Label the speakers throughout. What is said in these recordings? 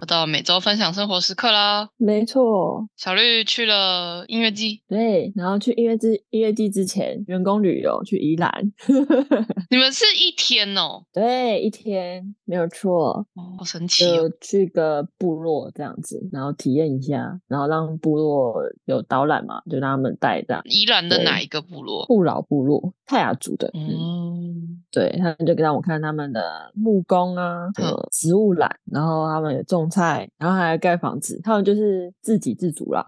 Speaker 1: 又到每周分享生活时刻啦。
Speaker 2: 没错，
Speaker 1: 小绿去了音乐 季，
Speaker 2: 对。然后去音乐之音乐季之前，员工旅游去宜兰，
Speaker 1: 你们是一天哦，
Speaker 2: 对，一天没有错，
Speaker 1: 哦好神奇哦！
Speaker 2: 就去个部落这样子，然后体验一下，然后让部落有导览嘛，就让他们带这样。
Speaker 1: 宜兰的
Speaker 2: 对
Speaker 1: 哪一个部落？
Speaker 2: 布老部落，泰雅族的，嗯，
Speaker 1: 嗯，
Speaker 2: 对，他们就让我看他们的木工啊，
Speaker 1: 嗯
Speaker 2: 呃植物栏，然后他们有种菜，然后还有盖房子，他们就是自给自足啦。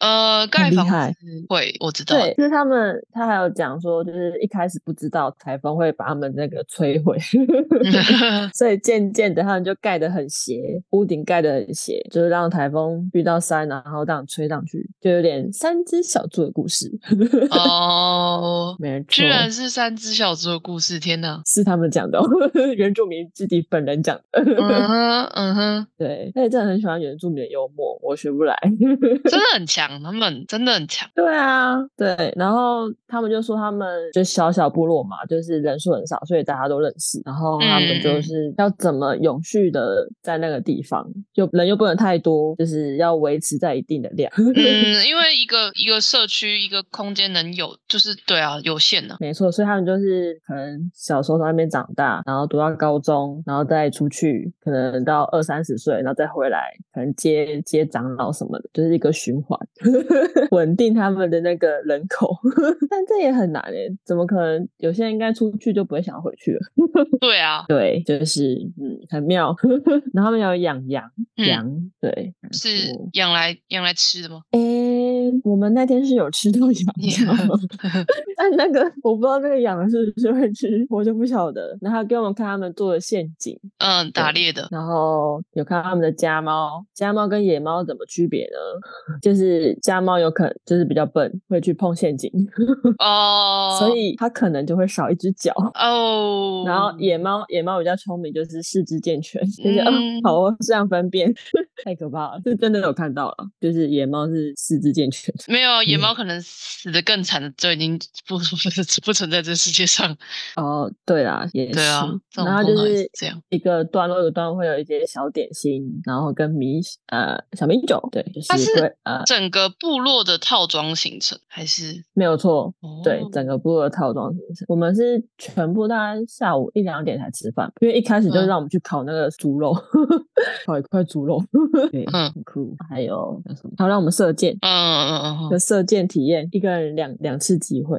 Speaker 1: 呃，盖
Speaker 2: 厉
Speaker 1: 房
Speaker 2: 害
Speaker 1: 子会，我知道。
Speaker 2: 对，就是他们，他还有讲说，就是一开始不知道台风会把他们那个 摧毁， 所以渐渐的他们就盖得很斜，屋顶盖得很斜，就是让台风遇到山，然后让吹上去，就有点三只小猪的故事，
Speaker 1: 哦，
Speaker 2: 没人
Speaker 1: 居
Speaker 2: 错
Speaker 1: 然是三只小猪的故事，天 哪！
Speaker 2: 是他们讲的、哦，原住民自己本人讲的。
Speaker 1: 嗯哼，嗯哼，
Speaker 2: 对，而且真的很喜欢原住民的幽默，我学不来。
Speaker 1: 真的很强，他们真的很强。
Speaker 2: 对啊，对，然后他们就说他们就小小部落嘛，就是人数很少，所以大家都认识。然后他们
Speaker 1: 嗯嗯
Speaker 2: 就
Speaker 1: 嗯
Speaker 2: 是要怎么永续的在那个地方，就人又不能太多，就是要维持在一定的量。
Speaker 1: 嗯，因为一个一个社区一个空间能有，就是对啊，有限呢、
Speaker 2: 没错，所以他们就是可能小时候在那边长大，然后读到高中，然后再出去，可能到二三十岁，然后再回来，可能接接长老什么的，就是一个循环， 稳定他们的那个人口。 但这也很难诶，怎么可能？有些人应该出去就不会想要回去了。
Speaker 1: 对啊，
Speaker 2: 对，就是嗯，很妙。 然后他们有养羊，
Speaker 1: 嗯，
Speaker 2: 羊、对，
Speaker 1: 是
Speaker 2: 我
Speaker 1: 养来养来吃的吗？
Speaker 2: 诶，我们那天是有吃到 羊的。但那个我不知道那个羊是不是会吃，我就不晓得。然后给我们看他们做的陷阱，
Speaker 1: 嗯，打
Speaker 2: 对
Speaker 1: 猎的。
Speaker 2: 然后有看他们的家猫，家猫跟野猫怎么区别呢？ 就是家猫有可能就是比较笨，会去碰陷阱，
Speaker 1: 哦，
Speaker 2: 所以它可能就会少一只脚。
Speaker 1: 哦，
Speaker 2: 然后野猫野猫比较聪明，就是四肢健全，就是、啊
Speaker 1: 嗯
Speaker 2: 好哦这样分辨， 太可怕了。是真的有看到了，就是野猫是四肢健全的。
Speaker 1: 没有野
Speaker 2: 嗯
Speaker 1: 猫可能死的更惨的，就已经不 不存在这世界上。
Speaker 2: 哦，对啦，也是，
Speaker 1: 对啊这种
Speaker 2: 然后
Speaker 1: 通
Speaker 2: 就
Speaker 1: 常也是
Speaker 2: 是
Speaker 1: 这样
Speaker 2: 一个段落一个段落会有一些小点心，然后跟米呃小米酒，对，就
Speaker 1: 它
Speaker 2: 是
Speaker 1: 是
Speaker 2: 不会呃
Speaker 1: 整个部落的套装形成还是
Speaker 2: 没有错，
Speaker 1: 哦，
Speaker 2: 对，整个部落的套装行程，我们是全部大概下午一两点才吃饭，因为一开始就
Speaker 1: 嗯
Speaker 2: 让我们去烤那个猪肉， 烤一块猪肉，对，
Speaker 1: 嗯
Speaker 2: 很酷，还有还有什么？还有让我们射箭。
Speaker 1: 嗯嗯嗯嗯
Speaker 2: 有
Speaker 1: 嗯，
Speaker 2: 射箭体验，一个人两两次机会，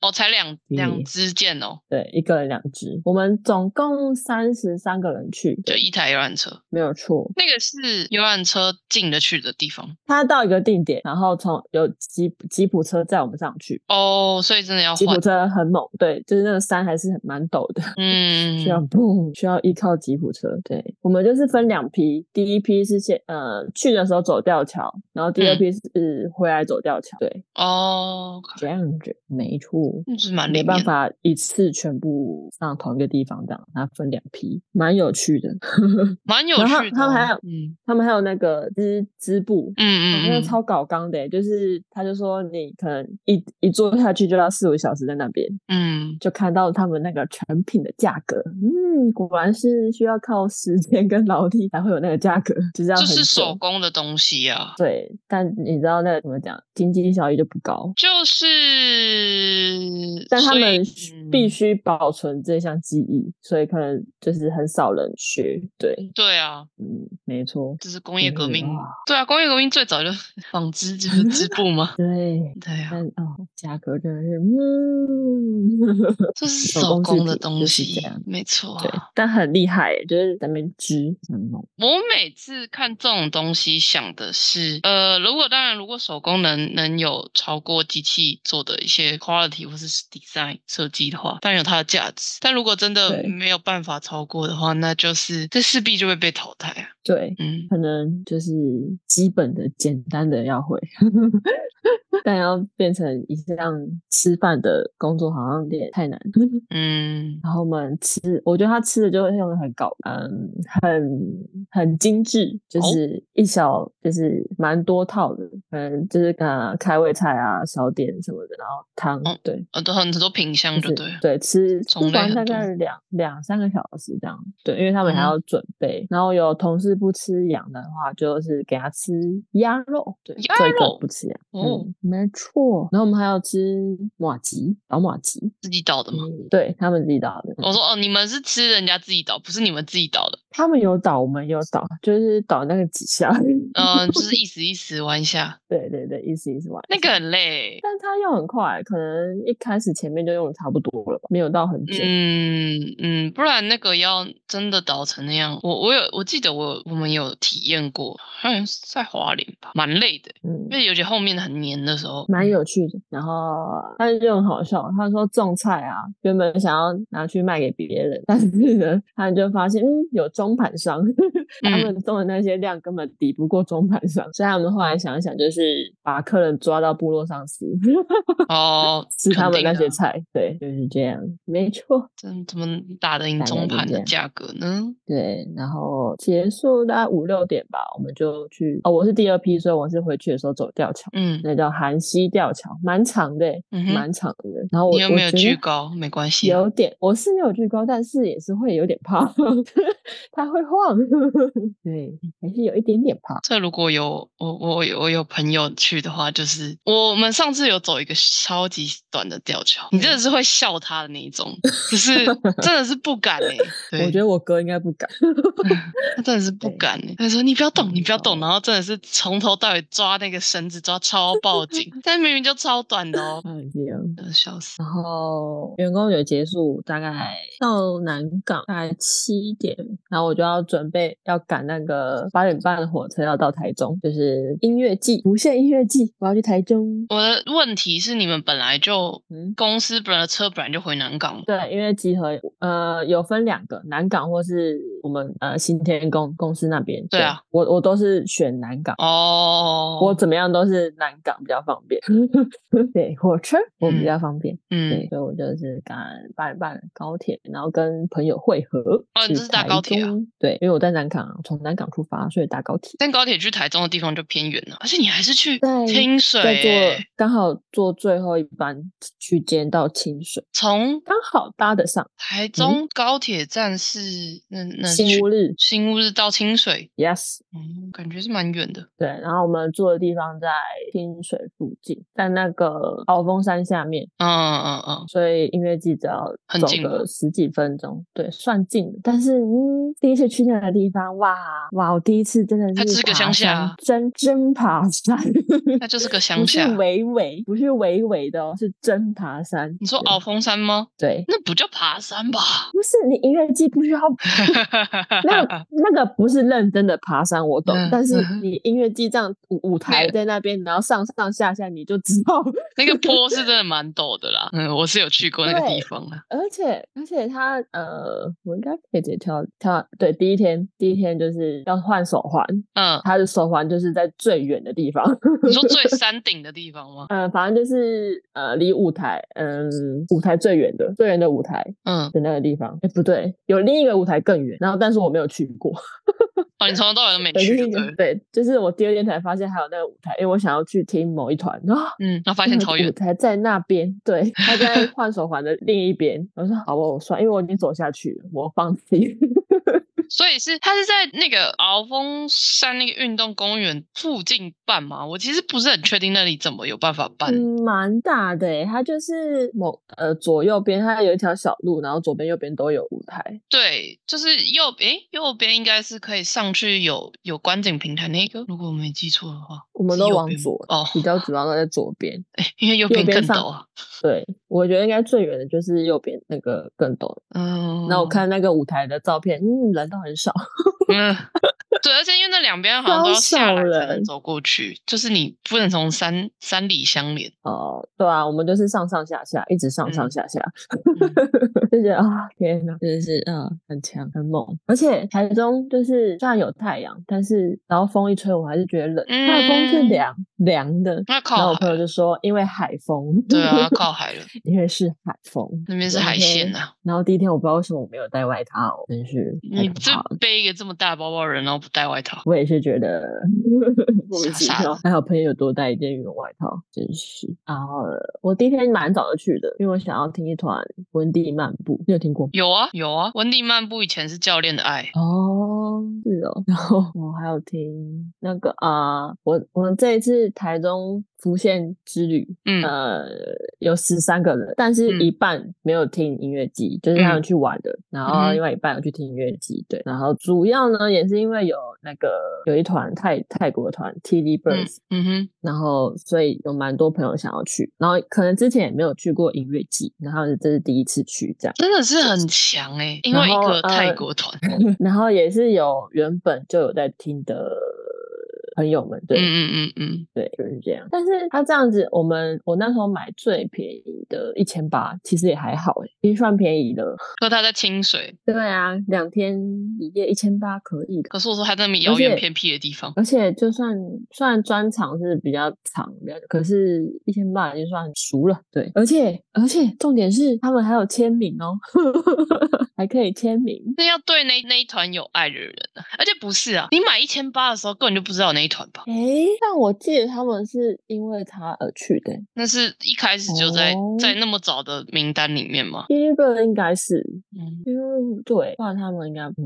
Speaker 1: 哦，才两两
Speaker 2: 嗯
Speaker 1: 支箭哦，
Speaker 2: 对，一个人两只。我们总共三十三个人去，
Speaker 1: 就一台游览车，
Speaker 2: 没有错。
Speaker 1: 那个是游览车进得去的地方
Speaker 2: 他到一个定点，然后从有吉普吉普车载我们上去。
Speaker 1: 哦，所以真的要
Speaker 2: 吉
Speaker 1: 换
Speaker 2: 普，车很猛，对，就是那个山还是很蛮陡的，
Speaker 1: 嗯，
Speaker 2: 需要不需要依靠吉普车。对，我们就是分两批，第一批是先呃去的时候走吊桥，然后第二
Speaker 1: 嗯
Speaker 2: 批是回来走吊桥。对，
Speaker 1: 哦，
Speaker 2: 这样子没错。
Speaker 1: 那是蛮
Speaker 2: 没
Speaker 1: 灵
Speaker 2: 办
Speaker 1: 验的。
Speaker 2: 法一次全部上同一个地方，这样，它分两批，蛮有趣的。
Speaker 1: 蛮有
Speaker 2: 然后
Speaker 1: 趣的哦。
Speaker 2: 他们还有
Speaker 1: 嗯
Speaker 2: 他们还有那个织织布，哦
Speaker 1: 嗯
Speaker 2: 那
Speaker 1: 嗯
Speaker 2: 个
Speaker 1: 嗯，
Speaker 2: 超搞纲的欸，就是他就说你可能一一坐下去就要四五小时在那边，
Speaker 1: 嗯，
Speaker 2: 就看到他们那个成品的价格，嗯，果然是需要靠时间跟劳力才会有那个价格，就是要
Speaker 1: 就
Speaker 2: 很
Speaker 1: 是手
Speaker 2: 久
Speaker 1: 工的东西啊，
Speaker 2: 对，但你知道那个怎么讲，经济效益就不高，
Speaker 1: 就是，
Speaker 2: 但他
Speaker 1: 所以
Speaker 2: 们必
Speaker 1: 嗯
Speaker 2: 须保存这项技艺，所以可能就是很少人学，对，
Speaker 1: 对啊，
Speaker 2: 嗯，没错，
Speaker 1: 这是工业革
Speaker 2: 嗯
Speaker 1: 命
Speaker 2: 哇。。
Speaker 1: 对啊，工业革命最早就是 纺织，就是织布嘛
Speaker 2: 对。
Speaker 1: 对啊，
Speaker 2: 但哦，价格真的是，嗯，
Speaker 1: 这是
Speaker 2: 手
Speaker 1: 手
Speaker 2: 工制
Speaker 1: 工的
Speaker 2: 品
Speaker 1: 东
Speaker 2: 就是
Speaker 1: 西
Speaker 2: 这样，
Speaker 1: 没错
Speaker 2: 对
Speaker 1: 啊。，
Speaker 2: 但很厉害欸，就是咱们织很猛。
Speaker 1: 我每次看这种东西，想的是，呃，如果当然，如果手工能能有超过机器做的一些 quality 或是 design 设计，的话，当然有它的价值。但如果真的
Speaker 2: 对
Speaker 1: 没有办法超过的话，那就是这势必就会被淘汰啊。
Speaker 2: 对，
Speaker 1: 嗯，
Speaker 2: 可能就是基本的、简单的要会， 但要变成一项吃饭的工作，好像有点太难。
Speaker 1: 嗯，
Speaker 2: 然后我们吃，我觉得他吃的就会用的很高，嗯，很很精致，就
Speaker 1: 哦
Speaker 2: 是一小就是蛮多套的，嗯，就是啊开胃菜啊、小点什么的，然后汤，
Speaker 1: 哦
Speaker 2: 对，
Speaker 1: 呃，都很多品相
Speaker 2: 就
Speaker 1: 就是对了。
Speaker 2: 对吃吃
Speaker 1: 种类
Speaker 2: 完
Speaker 1: 很
Speaker 2: 大
Speaker 1: 多
Speaker 2: 概两两三个小时这样，对，因为他们还
Speaker 1: 嗯
Speaker 2: 要准备。然后有同事不吃羊的话，就是给他吃鸭肉，对，
Speaker 1: 鸭
Speaker 2: 这个
Speaker 1: 肉
Speaker 2: 不吃羊，
Speaker 1: 哦
Speaker 2: 嗯，没错。然后我们还要吃马吉，老马吉，
Speaker 1: 自己倒的吗？
Speaker 2: 嗯，对他们自己打的，
Speaker 1: 我说哦，你们是吃人家自己倒，不是你们自己倒的。
Speaker 2: 他们有倒，我们也有倒，就是倒那个几下。
Speaker 1: 嗯、就是一时一时玩一下，
Speaker 2: 对对对，意思意思玩。
Speaker 1: 那个，很累。
Speaker 2: 但他用很快，可能一开始前面就用的差不多了吧，没有到很久。
Speaker 1: 嗯嗯，不然那个要真的倒成那样，我我有我记得我我们有体验过，好像是在华联吧，蛮累的，
Speaker 2: 嗯
Speaker 1: 因为尤其后面很黏的时候，
Speaker 2: 蛮有趣的。然后他就很好笑，他说种菜啊，原本想要拿去卖给别人，但是呢，他就发现嗯有中盘商， 他
Speaker 1: 嗯
Speaker 2: 们种的那些量根本抵不过中盘商，所以他们后来想一想，就是把客人抓到部落上吃，
Speaker 1: 哦，
Speaker 2: 吃他
Speaker 1: 肯
Speaker 2: 们
Speaker 1: 定
Speaker 2: 那
Speaker 1: 的
Speaker 2: 些
Speaker 1: 啊
Speaker 2: 菜。对，就是这样，没错。
Speaker 1: 真怎么打得赢
Speaker 2: 大概
Speaker 1: 中
Speaker 2: 就
Speaker 1: 盘
Speaker 2: 这
Speaker 1: 的
Speaker 2: 样
Speaker 1: 价格呢？
Speaker 2: 对，然后结束大概五六点吧，我们就去哦，我是第二批，所以我是回去的时候走吊桥。
Speaker 1: 嗯，
Speaker 2: 那叫韩西吊桥，蛮长的欸，
Speaker 1: 嗯哼
Speaker 2: 蛮长的。然后我
Speaker 1: 你有没有
Speaker 2: 我觉
Speaker 1: 巨
Speaker 2: 得
Speaker 1: 高？没关系啊，
Speaker 2: 有点，我是没有惧高，但是也是会有点怕， 它会晃， 对，还是有一点点怕。
Speaker 1: 这如果有我我有我有朋友去的话，就是我们上次有走一个超级短的吊桥，你真
Speaker 2: 嗯
Speaker 1: 的是会笑他的那一种，就是 真的是不敢哎、对，
Speaker 2: 我觉得我哥应该不敢，
Speaker 1: 他真的是不
Speaker 2: 对
Speaker 1: 敢欸他说你不要动，
Speaker 2: 嗯
Speaker 1: 你不要动，
Speaker 2: 懂
Speaker 1: 然后真的是从头到尾抓那个绳子抓超报警，但明明就超短的 哦，
Speaker 2: 嗯，这样。
Speaker 1: 真的笑死。
Speaker 2: 然后员工有结束，大概到南港大概七点，然后我就要准备要赶那个八点半的火车要到台中，就是音乐季，无限音乐季，我要去台中。
Speaker 1: 我的问题是，你们本来就
Speaker 2: 嗯，
Speaker 1: 公司本来的车本来就回南港吗，
Speaker 2: 对，因为集合呃有分两个，南港或是我们呃新天宫公司那边。
Speaker 1: 对啊，
Speaker 2: 我我都是选南港。
Speaker 1: 哦，
Speaker 2: 我怎么样都是南港比较方 便，对，火车我比
Speaker 1: 嗯
Speaker 2: 较方便，对，
Speaker 1: 嗯，
Speaker 2: 所以我就是赶八点半的高铁，然后跟朋友会合。
Speaker 1: 哦你这是搭
Speaker 2: 台
Speaker 1: 高铁啊
Speaker 2: 中？对，因为我在南港，从南港出发，所以搭高铁。
Speaker 1: 但高铁去台中的地方就偏远了，而且你还是去
Speaker 2: 在
Speaker 1: 清水
Speaker 2: 在坐
Speaker 1: 欸，
Speaker 2: 刚好坐最后一班区间到清水，
Speaker 1: 从
Speaker 2: 刚好搭得上
Speaker 1: 台中高铁站是那那
Speaker 2: 嗯新
Speaker 1: 去
Speaker 2: 乌日。
Speaker 1: 新屋日到清水，
Speaker 2: Yes，
Speaker 1: 嗯，感觉是蛮远的。
Speaker 2: 对，然后我们住的地方在清水附近，在那个鳌峰山下面，
Speaker 1: 嗯嗯嗯，
Speaker 2: 所以音乐季只要
Speaker 1: 很
Speaker 2: 走
Speaker 1: 近吗
Speaker 2: 个十几分钟，对，算近的。但是，嗯，第一次去那个地方，哇哇，我第一次真的是
Speaker 1: 它就是个
Speaker 2: 爬
Speaker 1: 乡下
Speaker 2: 山
Speaker 1: 啊
Speaker 2: 真真爬山，
Speaker 1: 那就是个
Speaker 2: 不
Speaker 1: 乡
Speaker 2: 是
Speaker 1: 下。啊
Speaker 2: 微微，不是微微的哦，是真爬山。
Speaker 1: 你说哦
Speaker 2: 对
Speaker 1: 鳌峰山吗？
Speaker 2: 对，
Speaker 1: 那不叫爬山 吧？
Speaker 2: 不是你音乐季不 需要那那个不是认真的爬山，我懂。
Speaker 1: 嗯
Speaker 2: 但是
Speaker 1: 嗯哼
Speaker 2: 你音乐季这样舞舞台在那边，然后上上下下，你就知道。
Speaker 1: 那个坡是真的蛮陡的啦。嗯，我是有去过那个地
Speaker 2: 对
Speaker 1: 方啦。
Speaker 2: 而且而且他呃，我应该可以直接跳跳。对，第一天第一天就是要换手环，
Speaker 1: 嗯，
Speaker 2: 他的手环就是在最远的地方。
Speaker 1: 你说最山顶的地方吗？
Speaker 2: 呃，反正就是呃，离舞台，嗯，舞台最远的，最远的舞台
Speaker 1: 嗯，
Speaker 2: 的那个地方，哎，不对，有另一个舞台更远，然后但是我没有去过，
Speaker 1: 哦，你从头到尾都没
Speaker 2: 对，就
Speaker 1: 去
Speaker 2: 是
Speaker 1: 就
Speaker 2: 一
Speaker 1: 对
Speaker 2: 个
Speaker 1: 了。
Speaker 2: 对，就是我第二天才发现还有那个舞台，因为我想要去听某一团，然后
Speaker 1: 嗯，然后发
Speaker 2: 那
Speaker 1: 现
Speaker 2: 个
Speaker 1: 超
Speaker 2: 舞
Speaker 1: 远。
Speaker 2: 台在那边， 对，他在换手环的另一边。我说好吧，哦我算，因为我已经走下去了，我放弃。
Speaker 1: 所以是它是在那个鳌峰山那个运动公园附近办吗？我其实不是很确定那里怎么有办法办。
Speaker 2: 嗯，蛮大的欸诶，它就是某呃左右边，它有一条小路，然后左边右边都有舞台。
Speaker 1: 对，就是右诶右边应该是可以上去有有观景平台那个，如果我没记错的话，
Speaker 2: 我们
Speaker 1: 是
Speaker 2: 都
Speaker 1: 右
Speaker 2: 往
Speaker 1: 边吗
Speaker 2: 左，
Speaker 1: 哦，
Speaker 2: 比较主要都在左边。
Speaker 1: 诶因为右
Speaker 2: 右
Speaker 1: 边
Speaker 2: 边
Speaker 1: 更
Speaker 2: 上
Speaker 1: 陡啊。
Speaker 2: 对，我觉得应该最远的就是右边那个更陡。
Speaker 1: 嗯，
Speaker 2: 那、我看那个舞台的照片，嗯，人都很少。
Speaker 1: 嗯，对，而且因为那两边好像都要
Speaker 2: 超
Speaker 1: 下
Speaker 2: 少
Speaker 1: 来才能
Speaker 2: 人
Speaker 1: 走过去，就是你不能从山山里相连。
Speaker 2: 哦，对啊，我们就是上上下下，一直上上
Speaker 1: 嗯
Speaker 2: 下下，
Speaker 1: 嗯
Speaker 2: 就觉得啊，天哪，真的是啊，很强很猛。而且台中就是虽然有太阳，但是然后风一吹，我还是觉得冷，它的风是
Speaker 1: 嗯
Speaker 2: 凉凉的。
Speaker 1: 那
Speaker 2: 然后
Speaker 1: 靠
Speaker 2: 我朋友
Speaker 1: 海，
Speaker 2: 就说，因为海风，
Speaker 1: 对啊，靠海了，
Speaker 2: 因为是海风，
Speaker 1: 那边是
Speaker 2: 然
Speaker 1: 海
Speaker 2: 后
Speaker 1: 线呐、啊。
Speaker 2: 然后第一天我不知道为什么我没有带外套，真是太
Speaker 1: 你
Speaker 2: 可
Speaker 1: 这
Speaker 2: 怕了。
Speaker 1: 背一个这么大包包的人，然后不带外套，
Speaker 2: 我也是觉得 莫
Speaker 1: 傻
Speaker 2: 名其
Speaker 1: 傻
Speaker 2: 妙
Speaker 1: 的，
Speaker 2: 还好朋友多带一件羽绒外套，真是。然后我第一天蛮早就去的，因为我想要听一团温蒂漫步，你有听过吗？
Speaker 1: 有啊有啊，温蒂漫步以前是教练的爱，
Speaker 2: 哦，是哦， 然后我还有听那个啊、我我们这一次台中浮现之旅，
Speaker 1: 嗯
Speaker 2: 呃，有十三个人，但是一
Speaker 1: 嗯
Speaker 2: 半没有听音乐季，就是他们
Speaker 1: 嗯
Speaker 2: 去玩的，然
Speaker 1: 嗯
Speaker 2: 后
Speaker 1: 哼
Speaker 2: 另外一半有去听音乐季，对，然后主要呢也是因为有那个有一团泰泰国团 TD Birds，、
Speaker 1: 嗯哼，
Speaker 2: 然后所以有蛮多朋友想要去，然后可能之前也没有去过音乐季，然后这是第一次去 这样。
Speaker 1: 真的是很强哎、因
Speaker 2: 然
Speaker 1: 为一
Speaker 2: 后
Speaker 1: 个泰
Speaker 2: 呃
Speaker 1: 国团，
Speaker 2: 然后也是有原本就有在听的朋友们，
Speaker 1: 嗯
Speaker 2: 对、
Speaker 1: 嗯嗯嗯，
Speaker 2: 对，就是这样。但是他这样子，我们我那时候买最便宜的一千八，其实也还好诶，已经算便宜了。
Speaker 1: 可他在清水，
Speaker 2: 对啊，两天一夜一千八可以的。
Speaker 1: 可是我说他在那么
Speaker 2: 而
Speaker 1: 遥远
Speaker 2: 且
Speaker 1: 偏僻的地方，
Speaker 2: 而且就算虽然专场是比较长的，可是一千八已经算很熟了。对，而且而且重点是他们还有签名哦， 还可以签名。
Speaker 1: 那要对那那一团有爱的人啊，而且不是啊，你买一千八的时候根本就不知道那一团吧？
Speaker 2: 诶，但我记得他们是因为他而去的诶，欸
Speaker 1: 那是一开始就在、
Speaker 2: 哦
Speaker 1: 在那么早的名单里面吗？
Speaker 2: 第一个应该是，
Speaker 1: 嗯，
Speaker 2: 因为对，不然他们应该嗯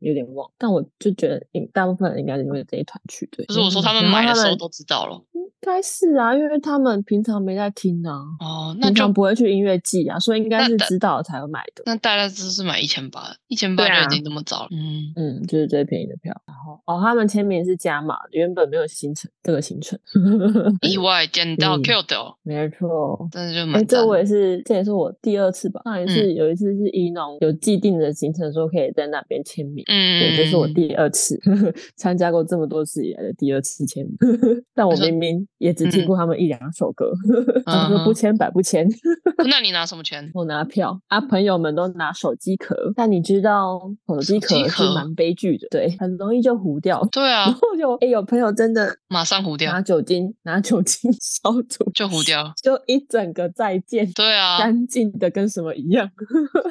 Speaker 2: 有点忘，但我就觉得应大部分人应该是因为这一团去对，
Speaker 1: 就是我说他
Speaker 2: 嗯
Speaker 1: 们
Speaker 2: 然后
Speaker 1: 买的时候
Speaker 2: 们
Speaker 1: 都知道了。
Speaker 2: 应该是啊，因为他们平常没在听啊，
Speaker 1: 哦，那
Speaker 2: 平
Speaker 1: 就
Speaker 2: 常不会去音乐季啊，所以应该
Speaker 1: 那
Speaker 2: 是
Speaker 1: 的
Speaker 2: 知道才会买的。
Speaker 1: 那大家就是买一千八，一千八
Speaker 2: 对啊
Speaker 1: 就已经这么早了。嗯，
Speaker 2: 嗯，就是最便宜的票。然后哦，他们签名是加码的，原本没有行程这个行程。
Speaker 1: 意外捡到
Speaker 2: 嗯
Speaker 1: Q 的，
Speaker 2: 没错，
Speaker 1: 真的就
Speaker 2: 哎、
Speaker 1: 蛮赞嗯
Speaker 2: 这
Speaker 1: 的。
Speaker 2: 我也是，这也是我第二次吧。上一次
Speaker 1: 嗯
Speaker 2: 有一次是一农有既定的行程，说可以在那边签名。
Speaker 1: 嗯，
Speaker 2: 对，这是我第二次 参加过这么多次以来的第二次签名， 但我
Speaker 1: 你说
Speaker 2: 明明也只听
Speaker 1: 嗯
Speaker 2: 过他们一两首歌， 他说
Speaker 1: 嗯
Speaker 2: 不
Speaker 1: 哼
Speaker 2: 签白不签。
Speaker 1: 嗯那你拿什么钱？
Speaker 2: 我拿票啊，朋友们都拿手机壳，但你知道手机
Speaker 1: 手机
Speaker 2: 壳是
Speaker 1: 壳
Speaker 2: 蛮悲剧的，对，很容易就糊掉。
Speaker 1: 对
Speaker 2: 然
Speaker 1: 啊，
Speaker 2: 后有哎、有朋友真的
Speaker 1: 马上糊掉
Speaker 2: 拿酒精拿酒精 消毒，
Speaker 1: 就糊掉。
Speaker 2: 就一整个再见，
Speaker 1: 对啊，
Speaker 2: 干净的跟什么一样。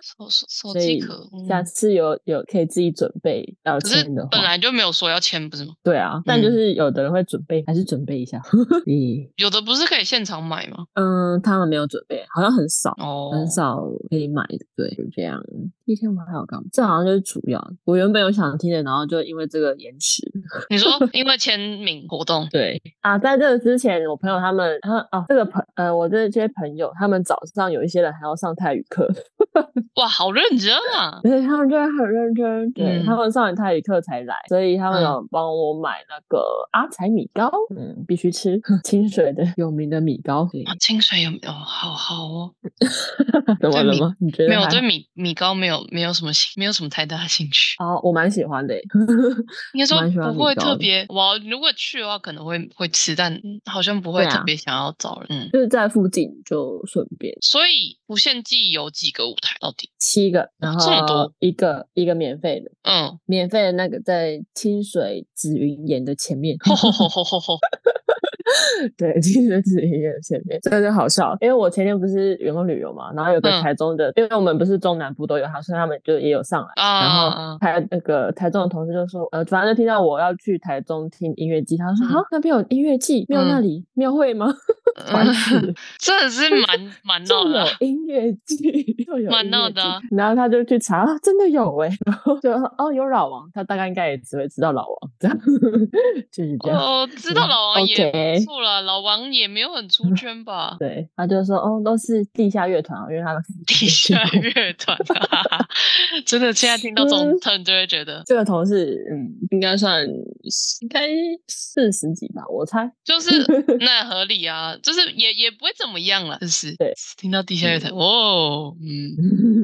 Speaker 1: 手手手
Speaker 2: 所
Speaker 1: 机
Speaker 2: 以
Speaker 1: 壳。嗯
Speaker 2: 下次有有可以自己准备要
Speaker 1: 可是
Speaker 2: 签的话，
Speaker 1: 本来就没有说要签，不是吗？
Speaker 2: 对啊，但就
Speaker 1: 嗯
Speaker 2: 是有的人会准备，还是准备一下。 咦，
Speaker 1: 有的不是可以现场买吗？
Speaker 2: 嗯，他们没有准备，好像很少，
Speaker 1: 哦，
Speaker 2: 很少可以买的。对，就这样。第一天我们还有干嘛？这好像就是主要。我原本有想听的，然后就因为这个延迟。
Speaker 1: 你说因为签名活动，
Speaker 2: 对啊，在这个之前，我朋友他们，他啊，这个朋呃，我这些朋友，他们早上有一些人还要上泰语课，
Speaker 1: 哇，好认真啊！
Speaker 2: 而且他们真的很认真，对、他
Speaker 1: 嗯
Speaker 2: 们上完泰语课才来，所以他们
Speaker 1: 嗯
Speaker 2: 有帮我买那个阿彩米糕，嗯，必须吃 清水的有名的米糕。对
Speaker 1: 啊，清水有哦，好好哦，
Speaker 2: 怎么
Speaker 1: 对
Speaker 2: 了
Speaker 1: 米
Speaker 2: 吗？你觉得
Speaker 1: 没有，我
Speaker 2: 啊还
Speaker 1: 对
Speaker 2: 好
Speaker 1: 米米糕没有没有什么兴，没有什么太大的兴 趣。
Speaker 2: 哦，我蛮喜欢的耶，
Speaker 1: 应该说
Speaker 2: 蛮喜欢
Speaker 1: 不
Speaker 2: 米
Speaker 1: 会
Speaker 2: 糕
Speaker 1: 特
Speaker 2: 的
Speaker 1: 别，我如果去的话可能会会吃，但嗯好像不会
Speaker 2: 对
Speaker 1: 特
Speaker 2: 啊
Speaker 1: 别想要找人。嗯，
Speaker 2: 就是在附近就顺便
Speaker 1: 所以无限季有几个舞台到底？
Speaker 2: 七个，然
Speaker 1: 这么多
Speaker 2: 后一个一个免费的，
Speaker 1: 嗯，
Speaker 2: 免费的那个在清水紫云岩的前面，
Speaker 1: 吼吼吼吼吼吼，
Speaker 2: 对，清水紫云岩的前面，真的就好笑。因为我前天不是员工旅游嘛，然后有个
Speaker 1: 嗯
Speaker 2: 台中的，因为我们不是中南部都有他，所以他们就也有上来。
Speaker 1: 啊啊
Speaker 2: 然后
Speaker 1: 啊！
Speaker 2: 台那个台中的同事就说，呃，反正就听到我要去台中听音乐季，他说
Speaker 1: 嗯
Speaker 2: 啊，那边有音乐季，没有那
Speaker 1: 嗯
Speaker 2: 里庙会吗？ 不好意 思
Speaker 1: 嗯真的是 蛮蛮闹
Speaker 2: 就
Speaker 1: 的
Speaker 2: 有
Speaker 1: 啊，
Speaker 2: 音乐剧，就有
Speaker 1: 蛮
Speaker 2: 音
Speaker 1: 闹
Speaker 2: 乐
Speaker 1: 的
Speaker 2: 剧
Speaker 1: 啊
Speaker 2: 然后他就去查，啊真的有哎、 然后就说哦有老王，他大概应该也只会知道老王这样， 就是这样。
Speaker 1: 哦，知道
Speaker 2: 嗯
Speaker 1: 老 王也
Speaker 2: ，OK？
Speaker 1: 不错了，老王也没有很出圈吧
Speaker 2: 对，他就说哦都是地下乐团啊，因为他们
Speaker 1: 地下乐 团，哈哈哈真的现在听到这种
Speaker 2: 嗯
Speaker 1: turn 就会觉得，
Speaker 2: 这个同事嗯应该算应该四十几吧，我猜。
Speaker 1: 就是那合理啊，就就是也也不会怎么样了，就是
Speaker 2: 对。
Speaker 1: 听到地下乐台，哦，嗯，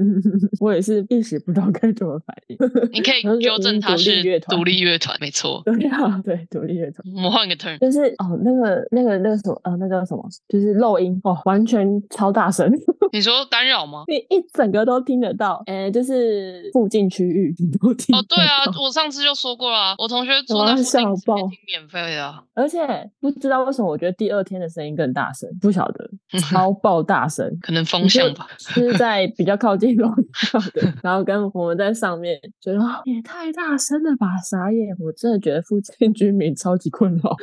Speaker 2: 我也是一时不知道该怎么反应。
Speaker 1: 你可以
Speaker 2: 他说
Speaker 1: 纠正
Speaker 2: 嗯
Speaker 1: 它
Speaker 2: 独立
Speaker 1: 是
Speaker 2: 乐团
Speaker 1: 独立乐团，没错。
Speaker 2: 对啊，对，独立乐团。
Speaker 1: 我们换一个 turn，
Speaker 2: 就是哦，那个、那个、那个什么，呃，那叫什么？就是漏音哦，完全超大声，
Speaker 1: 你 说干扰吗？
Speaker 2: 你一整个都听得到。呃，就是附近区域你都听
Speaker 1: 哎哦，
Speaker 2: 得
Speaker 1: 对啊
Speaker 2: 到，
Speaker 1: 我上次就说过了啊，我同学住
Speaker 2: 哇
Speaker 1: 在附近
Speaker 2: 吓
Speaker 1: 直接
Speaker 2: 爆
Speaker 1: 听免费的啊，
Speaker 2: 而且不知道为什么，我觉得第二天的声音更大声，不晓 得超爆大声。
Speaker 1: 可能方向吧。
Speaker 2: 是在比较靠近楼道的，然后跟我们在上面觉得啊也太大声了吧，傻眼！我真的觉得附近居民超级困扰。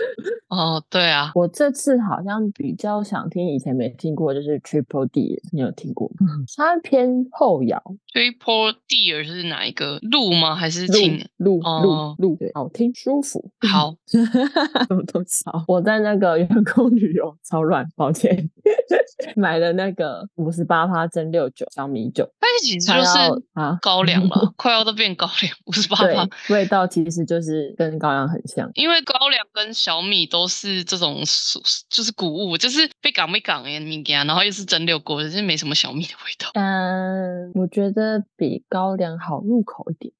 Speaker 1: 哦，对啊，
Speaker 2: 我这次好像比较想听以前没听过，就是 Triple D，你有听过吗？
Speaker 1: 嗯
Speaker 2: 它偏后摇，
Speaker 1: Triple D 尔是哪一个路吗？还是请？
Speaker 2: 路路
Speaker 1: 哦
Speaker 2: 路路，对好听舒服。
Speaker 1: 好，
Speaker 2: 什么都少。我在那个员工旅游超乱，抱歉， 买了那个五十八趴蒸六九小米酒，
Speaker 1: 但是其实
Speaker 2: 它
Speaker 1: 就
Speaker 2: 要
Speaker 1: 是
Speaker 2: 啊，
Speaker 1: 高粱 了，快要都变高粱，五十八
Speaker 2: 对
Speaker 1: 趴。，
Speaker 2: 味道其实就是跟高粱很像。
Speaker 1: 因为高粱跟小米都是这种蔬就是谷物，就是被港被港哎米干，然后又是蒸馏过的，就是没什么小米的味道。
Speaker 2: 嗯，我觉得比高粱好入口一点。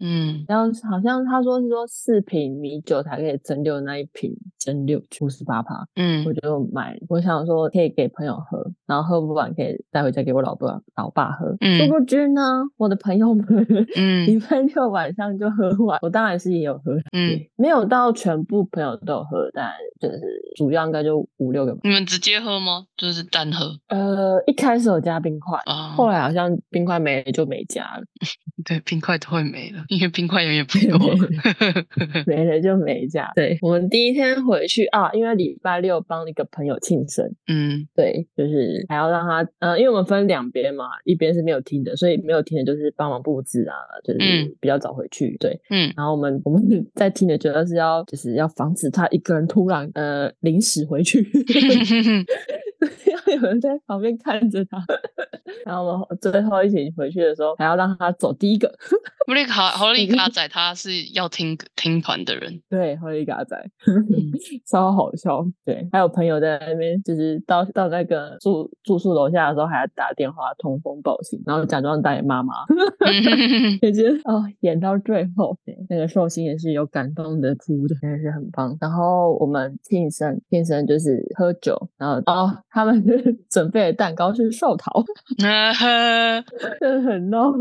Speaker 1: 嗯，
Speaker 2: 然后好像他说是说四瓶米酒才可以蒸馏那一瓶蒸馏五十八趴，我
Speaker 1: 嗯，
Speaker 2: 就买。我想说可以给朋友喝，然后喝不完可以带回家给我老爸老爸喝。
Speaker 1: 嗯
Speaker 2: 殊不知呢，我的朋友们
Speaker 1: 嗯
Speaker 2: 礼拜六晚上就喝完，我当然是也有喝，
Speaker 1: 嗯，
Speaker 2: 没有到全部朋友都有喝，但就是主要应该就五六个吧。
Speaker 1: 你们直接喝吗？就是单喝
Speaker 2: 呃，一开始有加冰块，
Speaker 1: 啊？
Speaker 2: 后来好像冰块没了就没加了，
Speaker 1: 对，冰块都会没了，因为冰块永远不
Speaker 2: 对
Speaker 1: 够。
Speaker 2: 没
Speaker 1: 嗯
Speaker 2: 没了就没加。对我们第一天回去啊，因为礼拜六帮一个朋友庆生，
Speaker 1: 嗯
Speaker 2: 对，就是还要让他，呃，因为我们分两边嘛，一边是没有听的，所以没有听的就是帮忙布置啊，就是
Speaker 1: 嗯
Speaker 2: 比较早回去，对。
Speaker 1: 嗯，
Speaker 2: 然后我们我们 在听的主要是要就是要防止他一个人突然呃临时回去， 要有人在旁边看着他。 然后我们最后一起回去的时候，还要让他走第一个，
Speaker 1: 布利卡豪利卡仔他是要听听团的人。
Speaker 2: 对，喝一嘎仔，
Speaker 1: 嗯
Speaker 2: 超好笑。对，还有朋友在那边，就是到到那个住住宿楼下的时候，还要打电话通风报信，然后假装打给妈妈。
Speaker 1: 嗯
Speaker 2: 也觉得哦，演到最后，对那个寿星也是有感动的哭的，真的是很棒。然后我们庆生，庆生就是喝酒，然后哦，他们 准备的蛋糕是寿桃，
Speaker 1: 啊呵
Speaker 2: 真的很闹，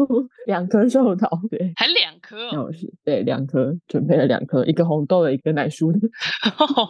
Speaker 2: 两颗寿桃，对。
Speaker 1: 还两颗
Speaker 2: 然
Speaker 1: 哦、
Speaker 2: 后是对两颗，准备了两颗，一个红豆的，一个奶酥的，
Speaker 1: 哦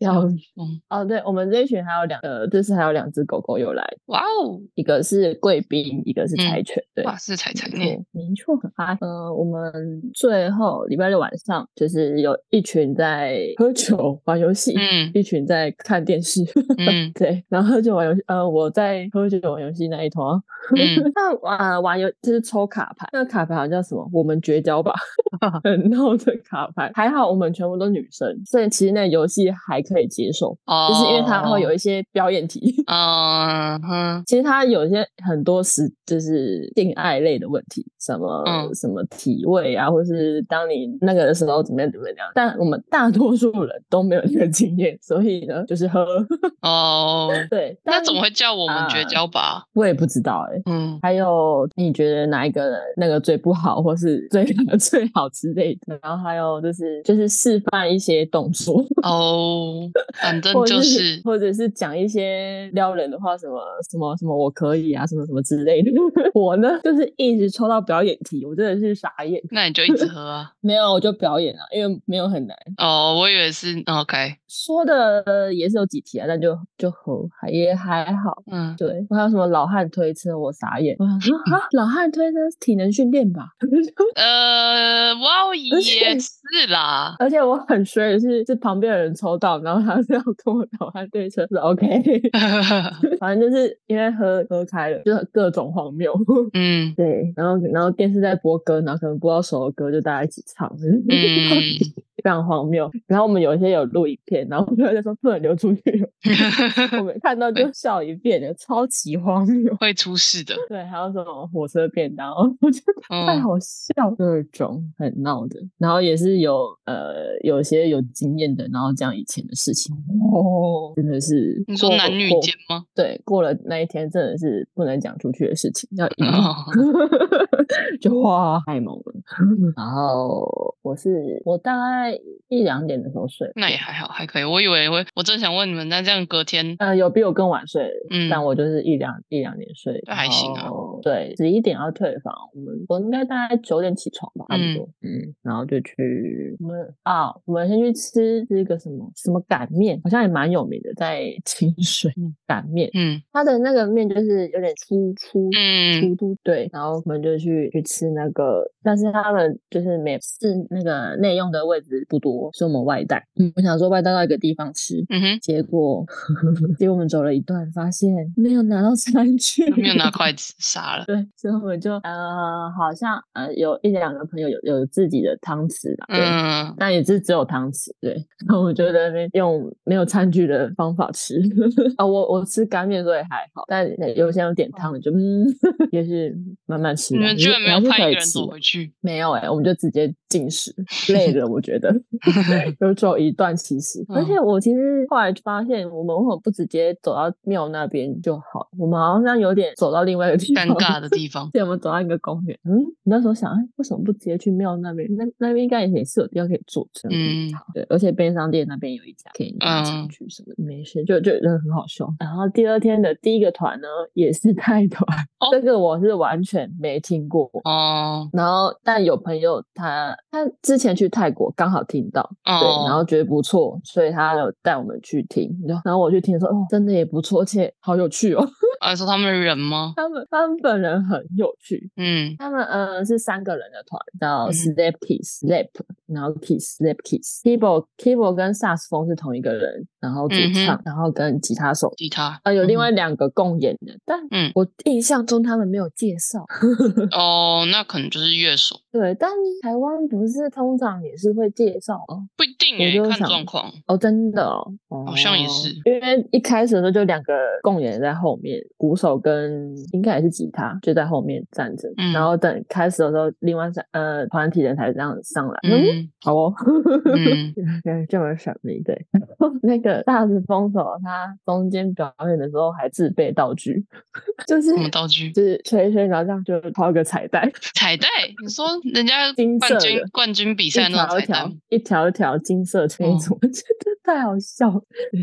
Speaker 2: 笑死
Speaker 1: 疯
Speaker 2: 哦，对，我们这一群还有两，呃，这次还有两只狗狗有来，
Speaker 1: 哇哦，
Speaker 2: 一个是贵宾，一个是
Speaker 1: 嗯
Speaker 2: 柴犬，对。
Speaker 1: 哇是彩彩呢，
Speaker 2: 没错，没错，很嗨。呃，我们最后礼拜六晚上就是有一群在喝酒玩游戏，
Speaker 1: 嗯
Speaker 2: 一群在看电视。
Speaker 1: 嗯
Speaker 2: 对，然后喝酒玩游戏，呃，我在喝酒玩游戏那一头啊，
Speaker 1: 嗯，
Speaker 2: 那玩玩游就是抽卡牌，那个卡牌好像叫什么？我们绝交吧， 很闹的卡牌。还好我们全部都女生，所以其实那个游戏还可以接受，
Speaker 1: 哦，
Speaker 2: 就是因为它会有，一些表演题。
Speaker 1: 嗯哼，
Speaker 2: 其实它有一些很多是就是性爱类的问题，什么、
Speaker 1: 嗯
Speaker 2: 什么体位啊，或是当你那个的时候怎么样怎么样。但我们大多数人都没有这个经验，所以呢，就是喝。
Speaker 1: 哦，
Speaker 2: 对，
Speaker 1: 那
Speaker 2: 但
Speaker 1: 怎么会叫我们绝
Speaker 2: 啊
Speaker 1: 交吧？
Speaker 2: 我也不知道哎、
Speaker 1: 嗯，
Speaker 2: 还有你觉得哪一个人那个最不好，或是最 最好之类的？然后还有就是就是示范一些动作，
Speaker 1: 哦， 反正
Speaker 2: 或
Speaker 1: 就
Speaker 2: 者
Speaker 1: 是，
Speaker 2: 或者是讲一些撩人的话，什么什么什么我可以啊，什么什么之类的。 我呢就是一直抽到表演题，我真的是傻眼。
Speaker 1: 那你就一直喝 啊。
Speaker 2: 没有，我就表演啊，因为没有很难。
Speaker 1: 哦，我以为是 OK，
Speaker 2: 说的也是有几题啊，但就就很还也还好。
Speaker 1: 嗯，
Speaker 2: 对，还有什么老汉推车，我傻眼。我 想说啊，老汉推车体能训练吧？
Speaker 1: 呃，哇哦，
Speaker 2: 而且
Speaker 1: 也是啦，嗯
Speaker 2: 而且我很衰的是，是旁边的人抽到，然后他是要跟我导汉对车，是 OK。反正就是因为喝喝开了，就是各种荒谬。
Speaker 1: 嗯
Speaker 2: 对，然后然后电视在播歌，然后可能播到首歌，就大家一起唱。
Speaker 1: 嗯，
Speaker 2: 非常荒谬。然后我们有一些有录影片，然后我们就说不能流出去，我们看到就笑一遍，超级荒谬。
Speaker 1: 会出事的。
Speaker 2: 对，还有什么火车便当， 我觉得太
Speaker 1: 嗯，
Speaker 2: 好笑，各种很闹的。然后也是有呃有些有经验的，然后讲以前的事情，哦，真的是
Speaker 1: 你说
Speaker 2: 过
Speaker 1: 男女
Speaker 2: 过
Speaker 1: 间 吗？
Speaker 2: 对，过了那一天真的是不能讲出去的事情，要 隐瞒
Speaker 1: 哦
Speaker 2: 就哇，太 猛了。然后我是我大概一两点的时候睡，
Speaker 1: 那也还好，还可以。我以为会，我正想问你们，那这样隔天，
Speaker 2: 呃有比我更晚睡，
Speaker 1: 嗯，
Speaker 2: 但我就是一两一两点睡，
Speaker 1: 那还行啊
Speaker 2: 然后。对，十一点要退房，我们我应该大概九点起床吧，差
Speaker 1: 嗯
Speaker 2: 不多。嗯然后就去我们啊，我们先去吃这个什么什么擀面，好像也蛮有名的，在清水擀面，
Speaker 1: 嗯
Speaker 2: 它的那个面就是有点粗粗
Speaker 1: 嗯
Speaker 2: 出都对，然后我们就去去吃那个，但是他们就是每次那个内用的位置不多，所以我们外带。嗯，我想说外带到一个地方吃，
Speaker 1: 嗯哼，
Speaker 2: 结果 结果我们走了一段，发现没有拿到餐具，
Speaker 1: 都没有拿。筷子，傻了。
Speaker 2: 对，所以我们就呃，好像呃有一两个朋友有有自己的汤匙啦，对，
Speaker 1: 嗯，
Speaker 2: 但也是只有汤匙，对。然后我就在那边用没有餐具的方法吃 啊、我我吃干面所以还好，但有些人点汤的就嗯， 也是慢慢吃
Speaker 1: 你
Speaker 2: 啦。
Speaker 1: 们居然没有
Speaker 2: 派
Speaker 1: 派一个人走回去，
Speaker 2: 没有哎、我们就直接 进食，累了，我觉得有走一段其实，而
Speaker 1: 嗯
Speaker 2: 且我其实后来发现，我们为什么不直接走到庙那边就好？我们好像有点走到另外一个地方，
Speaker 1: 尴尬的地 方。
Speaker 2: 对，我们走到一个公园，嗯，那时候想，哎，为什么不直接去庙那边？那那边应该也是有地方可以坐车。
Speaker 1: 嗯，
Speaker 2: 对，而且便利商店那边有一家可以拿上
Speaker 1: 嗯
Speaker 2: 去什么的，没事，就就真的很好笑。然后第二天的第一个团呢，也是泰团，
Speaker 1: 哦
Speaker 2: 这个我是完全没听过。
Speaker 1: 哦
Speaker 2: 然后，但有朋友他他之前去泰国刚好听到，对，然
Speaker 1: 哦，
Speaker 2: 后觉得不错，所以他有带我们去听。然后我去听的时候，哦，真的也不错，而且好有趣哦。
Speaker 1: 啊，说他们人吗？
Speaker 2: 他们他们本人很有趣，
Speaker 1: 嗯
Speaker 2: 他们呃是三个人的团，叫
Speaker 1: 嗯
Speaker 2: Slap Kiss、Slap，然后 Kiss Slap Kiss。Keyboard Keyboard 跟萨克斯风是同一个人，然后主唱，
Speaker 1: 嗯
Speaker 2: 然后跟吉他手，
Speaker 1: 吉他
Speaker 2: 啊、有
Speaker 1: 嗯
Speaker 2: 另外两个共演的，但
Speaker 1: 嗯
Speaker 2: 我印象中他们没有介绍。
Speaker 1: 哦，那可能就是乐手，
Speaker 2: 对，但台湾不是通常也是会介绍哦。
Speaker 1: 不一定
Speaker 2: 我
Speaker 1: 诶，
Speaker 2: 就
Speaker 1: 看
Speaker 2: 想
Speaker 1: 状况。
Speaker 2: 哦，真的哦，
Speaker 1: 好像也
Speaker 2: 哦
Speaker 1: 是
Speaker 2: 因为一开始的时候就两个共演在后面，鼓手跟应该也是吉他就在后面站着，
Speaker 1: 嗯
Speaker 2: 然后等开始的时候，另外三呃团体人才这样上来，嗯，
Speaker 1: 嗯
Speaker 2: 好哦，
Speaker 1: 嗯，
Speaker 2: 原来这么神秘，对， 那个大师风手他中间表演的时候还自备道具， 就是
Speaker 1: 什么道具？
Speaker 2: 就是吹一吹，然后这样就掏一个彩带，
Speaker 1: 彩带？你说人家
Speaker 2: 金色
Speaker 1: 冠
Speaker 2: 的
Speaker 1: 军冠军比
Speaker 2: 一
Speaker 1: 赛那
Speaker 2: 条
Speaker 1: 种彩带嗯
Speaker 2: 一条
Speaker 1: 吗？
Speaker 2: 一条一条金色这一种，我觉得太好笑 了。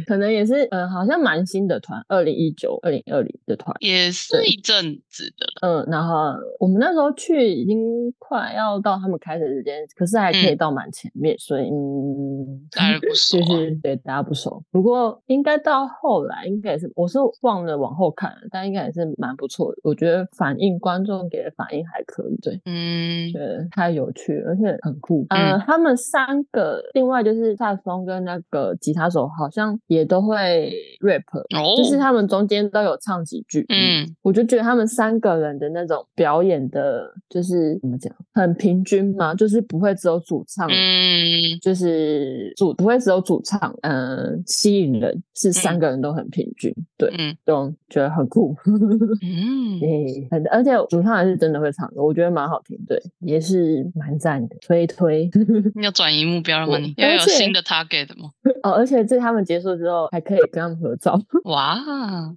Speaker 2: 可能也是呃，好像蛮新的团，二零一九、二零二零的团。
Speaker 1: 也是
Speaker 2: 对
Speaker 1: 一阵子的了。
Speaker 2: 嗯，然后我们那时候去已经快要到他们开始时间，可是还可以
Speaker 1: 嗯
Speaker 2: 到蛮前面，所以嗯，
Speaker 1: 大家不熟
Speaker 2: 就
Speaker 1: 啊
Speaker 2: 是对大家不熟。不过应该到后来，应该也是我是忘了往后看了，但应该也是蛮不错的。我觉得反应观众给的反应还可以，对。
Speaker 1: 嗯
Speaker 2: 觉，得太有趣，而且很酷。
Speaker 1: 嗯
Speaker 2: 呃，他们三个，另外就是萨克斯风跟那个吉他手，好像也都会 rap，、
Speaker 1: 哦，
Speaker 2: 就是他们中间都有唱几句。，
Speaker 1: 嗯
Speaker 2: 我就觉得他们三个人的那种表演的，就是怎么讲，很平均嘛，就是不会只有主唱。
Speaker 1: 嗯
Speaker 2: 就是主不会只有主唱，嗯、吸引人是三个人都很平均，对，
Speaker 1: 嗯
Speaker 2: 就觉得很酷。
Speaker 1: 嗯，
Speaker 2: 对，很而且主唱还是真的会唱歌，我觉得蛮好听，对，也是蛮赞的，推推
Speaker 1: 你要转移目标了吗？
Speaker 2: 我
Speaker 1: 你
Speaker 2: 而
Speaker 1: 要有
Speaker 2: 且
Speaker 1: 新的 target 吗？
Speaker 2: 哦。而且在他们结束之后，还可以跟他们合照
Speaker 1: 哇，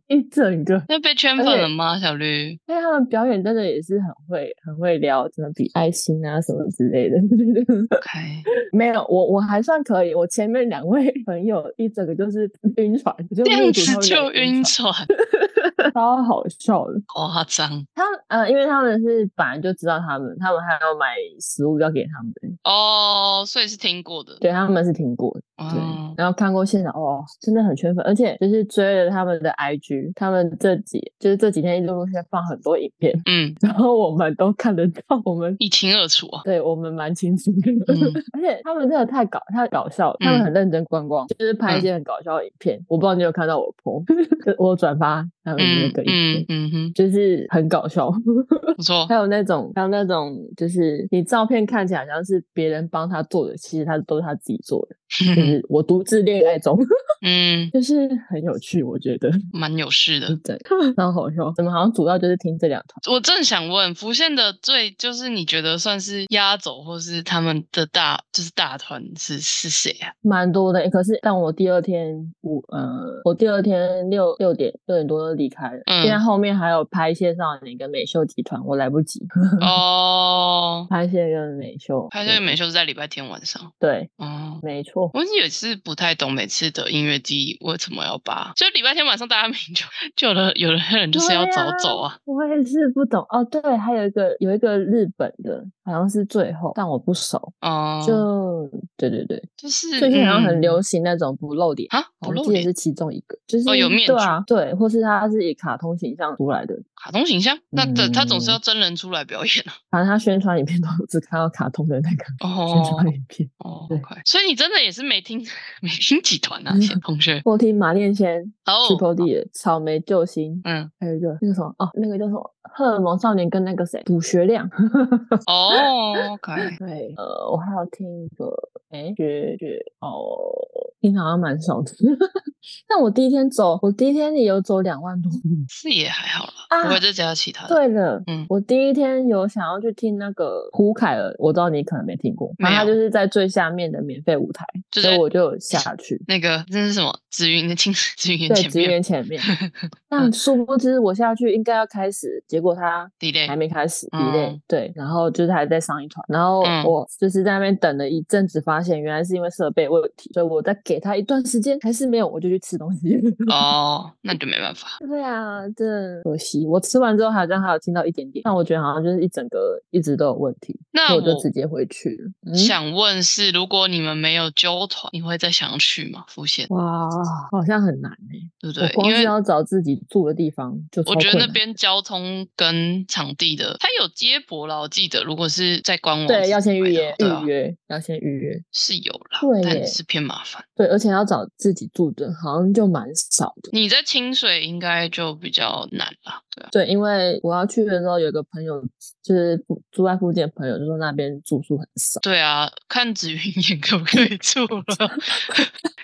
Speaker 2: 一整个，
Speaker 1: 要被圈
Speaker 2: 而
Speaker 1: 粉
Speaker 2: 且
Speaker 1: 了吗，小绿？
Speaker 2: 因为他们表演真的也是很会很会聊，什么比爱心啊什么之类的。
Speaker 1: 开
Speaker 2: 没有，我我还算可以，我前面两位 朋友一整个就是晕船，就
Speaker 1: 这样
Speaker 2: 目睹他
Speaker 1: 子
Speaker 2: 们两
Speaker 1: 就
Speaker 2: 个
Speaker 1: 晕
Speaker 2: 船，
Speaker 1: 船，
Speaker 2: 超好笑的。
Speaker 1: 夸张
Speaker 2: 他呃，因为他们是本来就知道他们，他们还要买食物要给他们，
Speaker 1: 哦，所以是听过的。
Speaker 2: 对他们是听过的，对
Speaker 1: 哦，
Speaker 2: 然后看过现场，哇，真的很圈粉，而且就是追了他们的 IG，他们这几就是这几天一直陆续在放很多影片，
Speaker 1: 嗯，
Speaker 2: 然后我们都看得到，我们
Speaker 1: 一清二楚 啊。
Speaker 2: 对我们蛮清楚的，
Speaker 1: 嗯
Speaker 2: 而且他们真的太搞太搞笑了，他们
Speaker 1: 嗯
Speaker 2: 很认真观光，就是拍一些很搞笑的影片。我不知道你有看到我 po，我有 转发他们那
Speaker 1: 嗯
Speaker 2: 个影片，
Speaker 1: 嗯嗯哼，
Speaker 2: 就是很搞笑。
Speaker 1: 不错
Speaker 2: 还。有那种，还有那种，就是你照片看起来像是别人帮他做的，其实他都是他自己做的。就是我独自恋爱中，
Speaker 1: 嗯，
Speaker 2: 就是很有趣，我觉得
Speaker 1: 蛮有事的。
Speaker 2: 对，超好笑。怎么好像主要就是听这两团？
Speaker 1: 我正想问，浮现的最就是你觉得算是压轴，或是他们的大就是大团是是谁 啊？
Speaker 2: 蛮多的，可是但我第二天五呃，我第二天六六点六点多就离开了，
Speaker 1: 嗯
Speaker 2: 因为后面还有拍一些少年跟美秀集团，我来不及
Speaker 1: 哦，
Speaker 2: 拍一些跟美秀，
Speaker 1: 拍
Speaker 2: 对
Speaker 1: 摄美秀是在礼拜天晚上。
Speaker 2: 对，
Speaker 1: 哦，
Speaker 2: 没错，
Speaker 1: 我也是不太懂每次的音乐季为什么要把，就礼拜天晚上大家明明就就有的有的人就是要早走啊。
Speaker 2: 我也是不懂哦。对，还有一个有一个日本的，好像是最后，但我不熟，
Speaker 1: 哦，
Speaker 2: 就对对对，
Speaker 1: 就是
Speaker 2: 最近好像很流
Speaker 1: 行
Speaker 2: 行那种不露脸。
Speaker 1: 啊，不
Speaker 2: 我
Speaker 1: 露
Speaker 2: 记得
Speaker 1: 脸
Speaker 2: 是其中一个，就是、
Speaker 1: 哦有面
Speaker 2: 对
Speaker 1: 具
Speaker 2: 啊，对，或是他是以卡通形象出来的，
Speaker 1: 卡通形象，那这他总是
Speaker 2: 嗯
Speaker 1: 要真人出来表演啊。
Speaker 2: 反正他宣传影片都只看到卡通的那个宣
Speaker 1: 哦
Speaker 2: 传影片。
Speaker 1: 哦
Speaker 2: 对嗯
Speaker 1: ，OK，所以你真的也是没听没听集团啊，同学
Speaker 2: 我听马恋先、
Speaker 1: 哦，
Speaker 2: Triple D 的《草莓救星》，
Speaker 1: 嗯，
Speaker 2: 还有一个那个什么哦，那个叫什么《荷尔蒙少年》跟那个谁卜学亮。
Speaker 1: 哦，OK，
Speaker 2: 对，呃，我还有听一个，哎，学学哦，听好像蛮少的。 但我第一天走，我第一天也有走两万多步。
Speaker 1: 是也还好啦，
Speaker 2: 啊
Speaker 1: 不会再加其他的。
Speaker 2: 对了，
Speaker 1: 嗯
Speaker 2: 我第一天有想要去听那个胡凯尔，我知道你可能没听过，
Speaker 1: 没
Speaker 2: 反正他
Speaker 1: 有
Speaker 2: 就是在最下面的免费舞台，
Speaker 1: 就
Speaker 2: 所以
Speaker 1: 在
Speaker 2: 我就有下去。
Speaker 1: 那个那是什么？紫云的青 紫云
Speaker 2: 对，
Speaker 1: 的前
Speaker 2: 职
Speaker 1: 面
Speaker 2: 员前 面，
Speaker 1: 嗯
Speaker 2: 但殊不知我下去应该要开始，结果他
Speaker 1: delay，
Speaker 2: 还没开始，delay、
Speaker 1: 哎嗯
Speaker 2: 对，然后就是还在上一团，然后
Speaker 1: 嗯
Speaker 2: 我就是在那边等了一阵子，发现原来是因为设备问题，所以我再给他一段时间，还是没有，我就去吃东西。
Speaker 1: 哦，那你就没办法。
Speaker 2: 对啊，真可惜。我吃完之后好像还有听到一点点，但我觉得好像就是一整个一直都有问题，
Speaker 1: 那
Speaker 2: 所以我就
Speaker 1: 我
Speaker 2: 直接回去了。嗯、
Speaker 1: 想问是，如果你们没有纠团，你会再想要去吗？浮现，
Speaker 2: 哇，好像很难哎、
Speaker 1: 对不
Speaker 2: 我
Speaker 1: 对？
Speaker 2: 光
Speaker 1: 因
Speaker 2: 是
Speaker 1: 为
Speaker 2: 要找自己住的地方就超
Speaker 1: 我觉得
Speaker 2: 困
Speaker 1: 那
Speaker 2: 难
Speaker 1: 边交通跟场地的，它有接驳啦。我记得如果是在官网是
Speaker 2: 对要先
Speaker 1: 买
Speaker 2: 预
Speaker 1: 的
Speaker 2: 约，
Speaker 1: 对啊
Speaker 2: 预约要先预约。
Speaker 1: 是有啦
Speaker 2: 对，耶
Speaker 1: 但是偏麻烦。
Speaker 2: 对，而且要找自己住的，好像就蛮少的。
Speaker 1: 你在清水应该就比较难啦，对啊。
Speaker 2: 对，因为我要去的时候，有一个朋友就是附住在附近的朋友，就说那边住宿很少。
Speaker 1: 对啊，看紫云眼可不可以住了？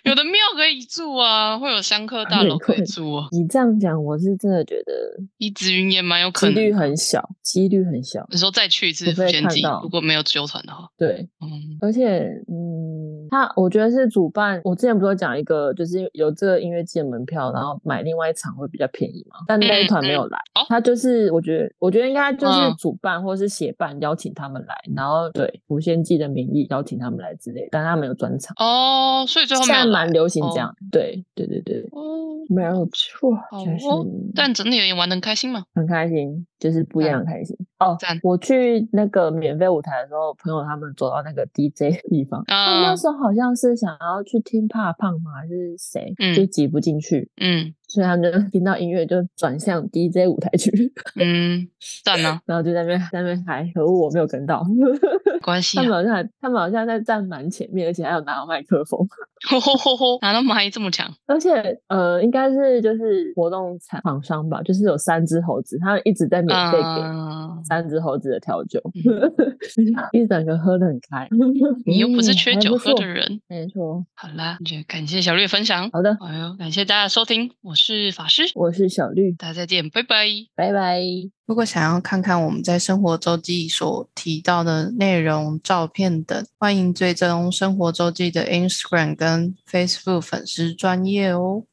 Speaker 1: 有的庙可以住啊，会有香客大楼可以住啊。
Speaker 2: 你这样讲，我是真的觉得
Speaker 1: 以紫云也蛮有可
Speaker 2: 几率
Speaker 1: 能。
Speaker 2: 很小，几率很小。
Speaker 1: 你说再去一次
Speaker 2: 除非
Speaker 1: 福建
Speaker 2: 看
Speaker 1: 记
Speaker 2: 到，
Speaker 1: 如果没有纠团的话，
Speaker 2: 对，
Speaker 1: 嗯
Speaker 2: 而且嗯，他我觉得是主办，我之前不是有讲一个，就是有这个音乐季的门票，然后买另外一场会比较便宜嘛。但那一
Speaker 1: 嗯
Speaker 2: 团没
Speaker 1: 嗯
Speaker 2: 有来，
Speaker 1: 哦
Speaker 2: 他就是我觉得，我觉得应该就是
Speaker 1: 嗯
Speaker 2: 主办或是协办邀请他们来，然后对无限记的名义邀请他们来之类，但他没有专场。
Speaker 1: 哦，所以最后
Speaker 2: 现
Speaker 1: 没有
Speaker 2: 在
Speaker 1: 来
Speaker 2: 蛮流行
Speaker 1: 哦
Speaker 2: 这样，对对对对，
Speaker 1: 哦。
Speaker 2: 没有错，
Speaker 1: 好
Speaker 2: 就是
Speaker 1: 哦但整体而言玩的开心吗？
Speaker 2: 很开心，就是不一
Speaker 1: 赞
Speaker 2: 样的开心哦
Speaker 1: 赞。
Speaker 2: 我去那个免费舞台的时候，朋友他们走到那个 DJ 的地方，
Speaker 3: 哦
Speaker 2: 他们
Speaker 1: 啊
Speaker 2: 那时候好像是想要去听怕胖吗？还是谁？
Speaker 1: 嗯
Speaker 2: 就挤不进去，
Speaker 1: 嗯
Speaker 2: 所以他们就听到音乐就转向 DJ 舞台去，
Speaker 1: 嗯，赞啊，
Speaker 2: 然后就在那边在那边嗨。可恶，我没有跟到，
Speaker 1: 没关系
Speaker 2: 他
Speaker 1: 啊
Speaker 2: 们。好像还他们好像在站蛮前面，而且还有拿到麦克风。
Speaker 1: 吼吼吼吼，拿到蚂蚁这么强，
Speaker 2: 而且呃，应该是就是活动厂厂商吧，就是有三只猴子，他们一直在免费给
Speaker 1: 啊！
Speaker 2: 三只猴子的调酒，
Speaker 1: 嗯
Speaker 2: 一整个喝的很开。
Speaker 1: 你又不是缺
Speaker 2: 嗯
Speaker 1: 酒喝，的
Speaker 2: 还不错
Speaker 1: 人。
Speaker 2: 没错。
Speaker 1: 好啦，那就感谢小绿的分享。
Speaker 2: 好的，
Speaker 1: 哎呦，感谢大家的收听，我是法师，
Speaker 2: 我是小绿，
Speaker 1: 大家再见，拜拜。
Speaker 2: 拜拜。
Speaker 3: 如果想要看看我们在生活周记所提到的内容、照片等，欢迎追踪生活周记的 Instagram 跟 Facebook 粉丝专业哦。